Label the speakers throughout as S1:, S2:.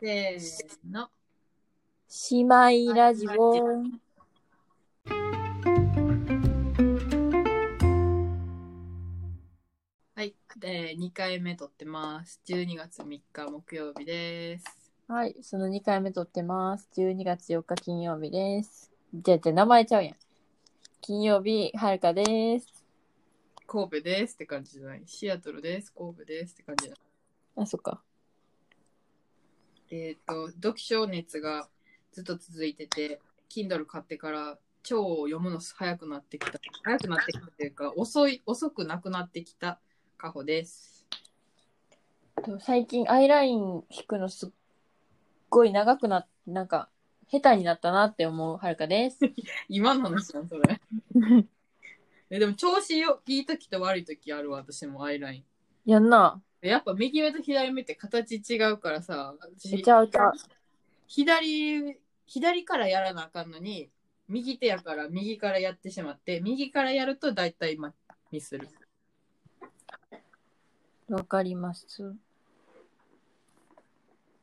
S1: せーの。
S2: 姉妹ラジオ。
S1: はい、えー、2回目撮ってます。12月3日木曜日です。
S2: はい、その2回目撮ってます。12月4日金曜日です。じゃあじゃあ名前ちゃうやん。金曜日、はるかです。
S1: 神戸ですって感じじゃない。シアトルです。神戸ですって感じじゃない。
S2: あ、そっか。
S1: えっ、と、読書熱がずっと続いてて、Kindle 買ってから超を読むの早くなってきた。早くなってきたというか、遅い、遅くなくなってきたカホです。
S2: でも最近アイライン引くのすっごい長くなっなんか、下手になったなって思うはるかです。
S1: 今の話なんそれ。えでも調子よいい時と悪い時あるわ私もアイライン
S2: やんな。
S1: やっぱ右目と左目って形違うからさ私
S2: めちゃうちゃ。
S1: 左左からやらなあかんのに右手やから右からやってしまって右からやると大体まミスる
S2: わかります。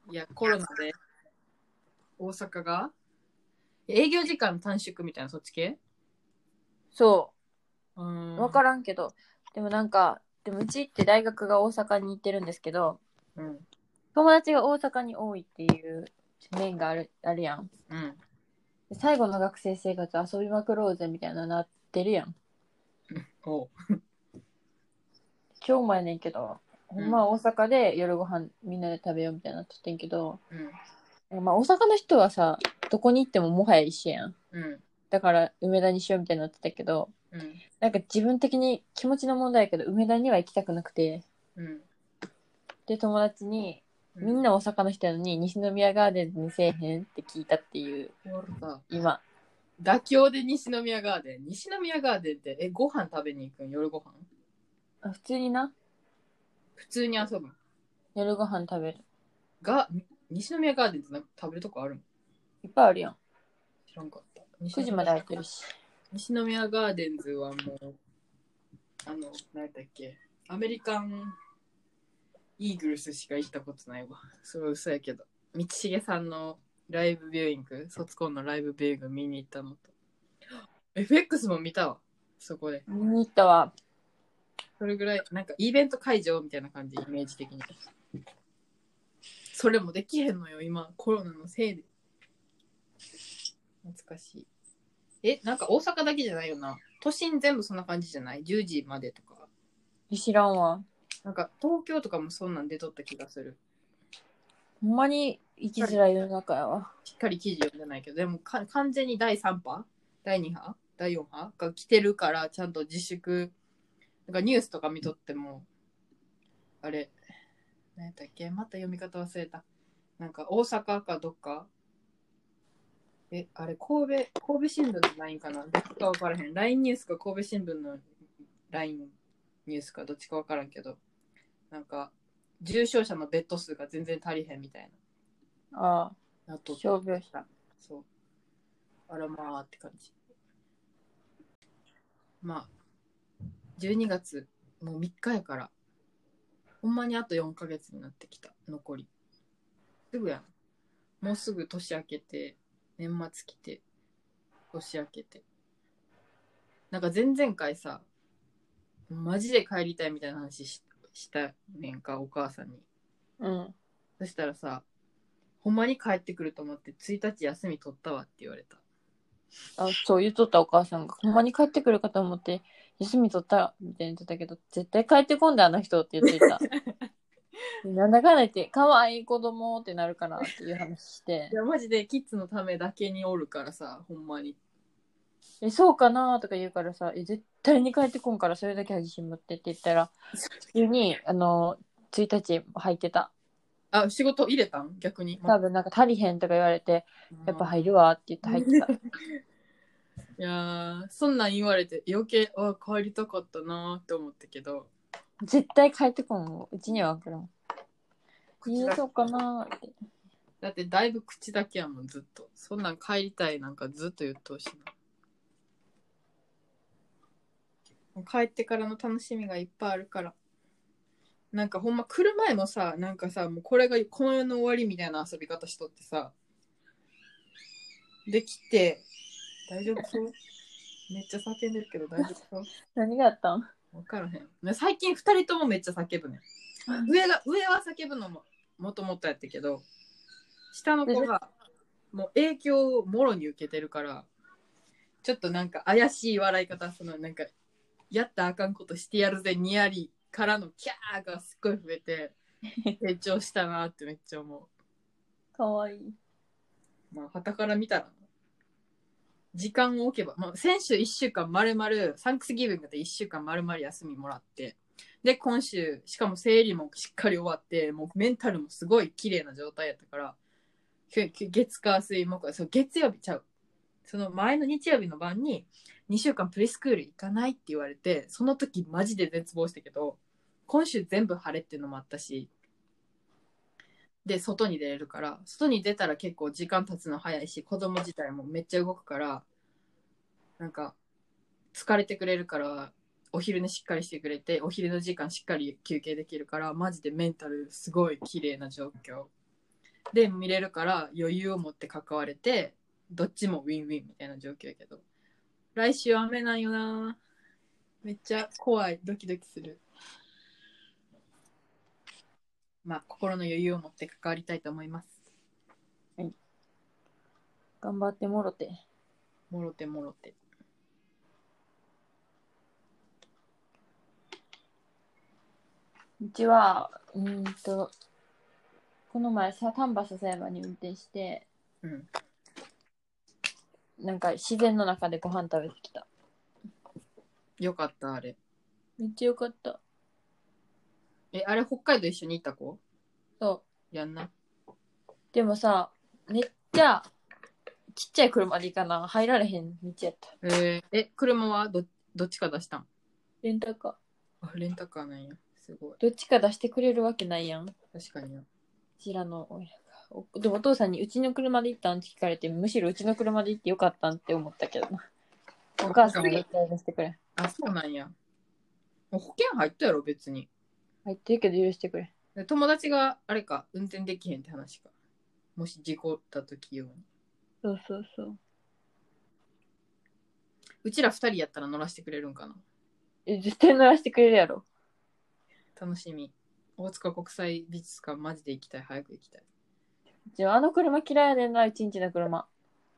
S1: いやコロナで大阪が営業時間短縮みたいなそっち系
S2: そう。
S1: うーん
S2: 分からんけど、でもなんかでもうちって大学が大阪に行ってるんですけど
S1: うん
S2: 友達が大阪に多いっていう面があるあるやん
S1: うん
S2: で最後の学生生活遊びまくろうぜみたいななってるやん
S1: おう
S2: 今日もやねんけどほんまは大阪で夜ご飯みんなで食べようみたいになっとってんけど、
S1: うん
S2: まあ大阪の人はさどこに行ってももはや一緒やん
S1: うん
S2: だから梅田にしようみたいになってたけど
S1: うん
S2: なんか自分的に気持ちの問題やけど梅田には行きたくなくて
S1: うん
S2: で友達に
S1: う
S2: みんな大阪の人やのに西宮ガーデンズにせえへんって聞いたっていう
S1: 終わった
S2: 今
S1: 妥協で西宮ガーデン。西宮ガーデンって、え、ご飯食べに行くん夜ご飯
S2: あ普通にな
S1: 普通に遊ぶん
S2: 夜ご飯食べる
S1: が、に西宮ガーデンってなんか食べるとこあるん
S2: いっぱいあるやん
S1: 知らんかった。
S2: 9時まで空いてる
S1: し。
S2: し
S1: 西宮ガーデンズはもう、あの、何やったっけ、アメリカンイーグルスしか行ったことないわ。それは嘘やけど。道重さんのライブビューイング、卒コンのライブビューイング見に行ったのと。FX も見たわ、そこで。
S2: 見に行ったわ
S1: それぐらい、なんかイベント会場みたいな感じ、イメージ的に。それもできへんのよ、今、コロナのせいで。懐かしい。え、なんか大阪だけじゃないよな。都心全部そんな感じじゃない ?10 時までとか。
S2: 知らんわ
S1: なんか東京とかもそんなん出とった気がする。
S2: ほんまに行きづらい世の中やわ
S1: しっかり記事読んでないけど、でもか完全に第3波第2波第4波が来てるから、ちゃんと自粛、なんかニュースとか見とっても、あれ、何やったっけまた読み方忘れた。なんか大阪かどっかえ、あれ、神戸、神戸新聞の LINE かなどっちか分からへん。LINE ニュースか神戸新聞の LINE ニュースかどっちか分からんけど、なんか、重症者のベッド数が全然足りへんみたい
S2: あ
S1: な。なっ
S2: あ
S1: とって
S2: 傷病した
S1: そう。あらまあって感じ。まあ、12月、もう3日やから、ほんまにあと4ヶ月になってきた、残り。すぐやん。もうすぐ年明けて、年末来て、年明けて。なんか前々回さ、マジで帰りたいみたいな話ししたねんか、お母さんに。
S2: うん
S1: そしたらさ、ほんまに帰ってくると思って、1日休み取ったわって言われた。
S2: あそう言っとったお母さんがほんまに帰ってくるかと思って休み取ったらみたいに言ってたけど絶対帰ってこんであの人って言って たなんだかんだ言って可愛い子供ってなるからっていう話して
S1: いや、マジでキッズのためだけにおるからさ、ほんまに。
S2: え、そうかなとか言うからさ、え、絶対に帰ってこんから、それだけは自信持ってって言ったら、普通に、あの、1日入ってた。
S1: あ、仕事入れたん逆に。
S2: 多分なんか足りへんとか言われて、やっぱ
S1: い。
S2: 入るわって言って入ってた。
S1: いやーそんなん言われて、余計、あ、帰りたかったなーって思ったけど。
S2: 絶対帰ってこんもんうちには分からん。
S1: 口だ
S2: え、
S1: け
S2: そうかなって。
S1: だってだいぶ口だけやもん、ずっと。そんなん帰りたいなんかずっと言ってほしいな。もう帰ってからの楽しみがいっぱいあるから。なんかほんま来る前もさなんかさもうこれがこの世の終わりみたいな遊び方しとってさできて大丈夫そうめっちゃ叫んでるけど大丈夫そう
S2: 何があったん
S1: 分からへんね最近2人ともめっちゃ叫ぶね上が上は叫ぶのももともとやったけど下の子がもう影響をもろに受けてるからちょっとなんか怪しい笑い方そのなんかやったらあかんことしてやるぜにやりからのキャーがすっごい増えて成長したなってめっちゃ思
S2: かわいい。
S1: うまあはたから見たら時間を置けば、まあ、先週1週間まるまるサンクスギビングで1週間まるまる休みもらってで今週しかも生理もしっかり終わってもうメンタルもすごい綺麗な状態やったからきき月火水木そう月曜日ちゃうその前の日曜日の晩に2週間プリスクール行かないって言われてその時マジで絶望したけど今週全部晴れっていうのもあったしで外に出れるから外に出たら結構時間経つの早いし子供自体もめっちゃ動くからなんか疲れてくれるからお昼寝しっかりしてくれてお昼の時間しっかり休憩できるからマジでメンタルすごい綺麗な状況で見れるから余裕を持って関われてどっちもウィンウィンみたいな状況やけど来週雨なんよなめっちゃ怖いドキドキするまあ心の余裕を持って関わりたいと思います
S2: 頑張ってもろて。
S1: もろてもろて
S2: うちは、うーんと、この前さ、丹波笹山に運転して、
S1: うん
S2: なんか自然の中でご飯食べてきた。
S1: よかったあれ
S2: めっちゃよかった。
S1: えあれ北海道一緒に行った子
S2: そ
S1: やんな
S2: う。でもさ、めっちゃ、ちっちゃい車で行かな。入られへん道やった。
S1: えーえ車はどどっちか出したん
S2: レンタカー。
S1: あレンタカーなんやすごい
S2: どっちか出してくれるわけないやん。う
S1: 確かにな
S2: ちらの親が。おでもお父さんにうちの車で行ったんって聞かれて、むしろうちの車で行ってよかったんって思ったけどな。お母さんが絶対出してくれん。
S1: あそうなんやもう保険入ったやろ別に
S2: 入ってるけど許してくれ。
S1: で友達があれか運転できへんって話かもし事故った時用に
S2: そうそうそう。
S1: うちら2人やったら乗らせてくれるんかな
S2: え、絶対乗らせてくれるやろ。
S1: 楽しみ大塚国際美術館マジで行きたい早く行きたい
S2: じゃあ、あの車嫌いやねんな、一日の車。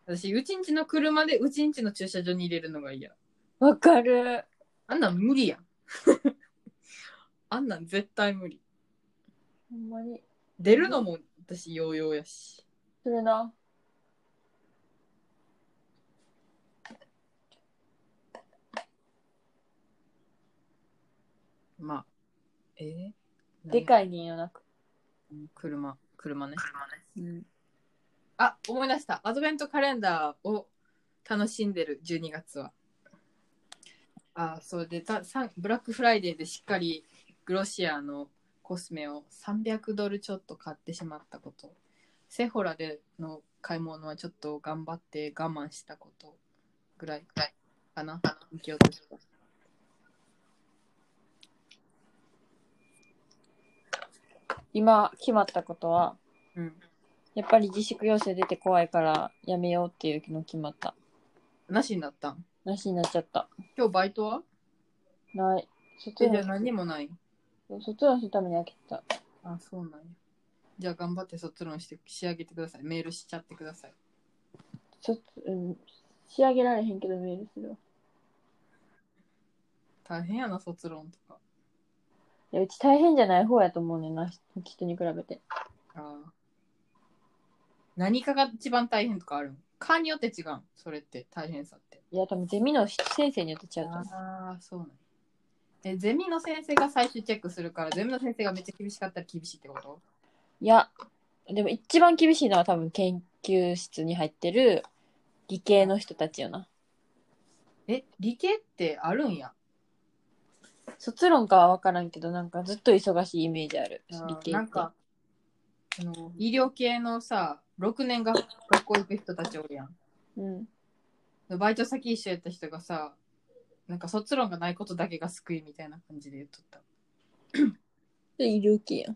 S1: 私うちんちの車でうちんちの駐車場に入れるのが嫌
S2: わかる。
S1: あんなん無理やん あんなん絶対無理
S2: ほんまに。
S1: 出るのも私ヨーヨーやし
S2: それな。
S1: まあえー、
S2: でかいねんよなく。
S1: 何車車ね
S2: うん。
S1: あ思い出したアドベントカレンダーを楽しんでる12月はあそうでたさんブラックフライデーでしっかりグロシアのコスメを300ドルちょっと買ってしまったことセフォラでの買い物はちょっと頑張って我慢したことぐらいかな受けようとした
S2: 今、決まったことは、
S1: うん
S2: やっぱり自粛要請出て怖いから、やめようっていうの決まった。
S1: なしになったん
S2: なしになっちゃった。
S1: 今日バイトは
S2: ない。卒
S1: えじ
S2: 業
S1: ゃあ何もない
S2: 卒論するために開けてた。
S1: あそうなんやじゃあ頑張って卒論して仕上げてくださいメールしちゃってください
S2: 卒、うん、仕上げられへんけどメールするわ。
S1: 大変やな卒論とか
S2: いや、うち大変じゃない方やと思うねんな、人に比べて。
S1: ああ。何かが一番大変とかあるん科によって違うんそれって大変さって。
S2: いや、多分ゼミの先生によってちゃうと思う。
S1: ああ、そうなんやえ、ゼミの先生が最終チェックするから、ゼミの先生がめっちゃ厳しかったら厳しいってこと
S2: いや、でも一番厳しいのは多分研究室に入ってる理系の人たちよな。
S1: え、理系ってあるんや。
S2: 卒論かは分からんけど、なんかずっと忙しいイメージある。理系って。
S1: なんか、あの、医療系のさ、6年が学校行く人たちおるやん。
S2: うん。
S1: バイト先一緒やった人がさ、なんか卒論がないことだけが救いみたいな感じで言っとった。
S2: で医療系やん。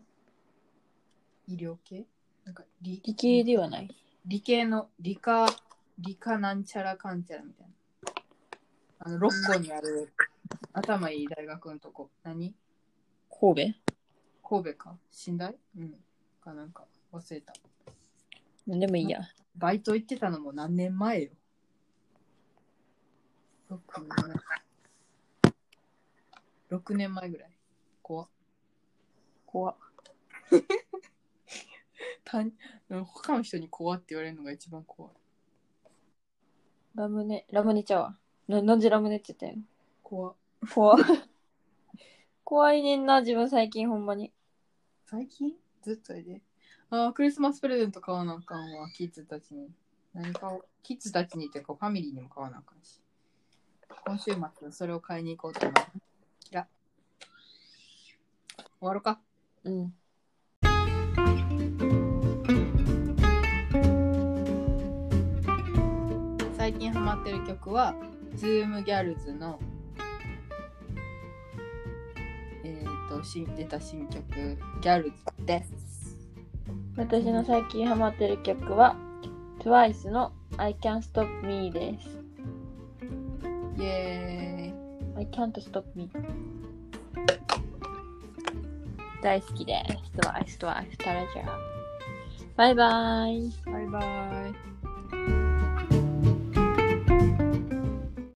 S1: 医療系なんか理
S2: 理系ではない。
S1: 理系の理科、理科なんちゃらかんちゃらみたいな。あの、六個にある頭いい大学のとこ。何
S2: 神
S1: 神戸か寝台うん。かなんか忘れた。
S2: 戸なんでもいいや。
S1: バイト行ってたのも何年前よ。6年前。6年前ぐらい。怖っ
S2: 怖っ。
S1: 他にうん他の人に怖って言われるのが一番怖い。
S2: ラムネ、ラムネちゃうわ。ななんでラムネって言ってんの
S1: 怖っ
S2: 怖い。 怖いねんな、自分最近ほんまに。
S1: 最近ずっとやで。ああ、クリスマスプレゼント買わなあかんわ、キッズたちに。何かを、キッズたちにっていうか、ファミリーにも買わなあかんし。今週末、それを買いに行こうと思う。キラ。終わろうか。
S2: うん。
S1: 最近ハマってる曲は、ズームギャルズの、えっ、ー、と、新出た新曲、ギャルズです。
S2: 私の最近ハマってる曲は TWICE の I Can't Stop Me です。
S1: イエーイ。
S2: I Can't Stop Me 大好きです。TWICE、TWICE、タラジャー。バイバイ。
S1: バイバイ。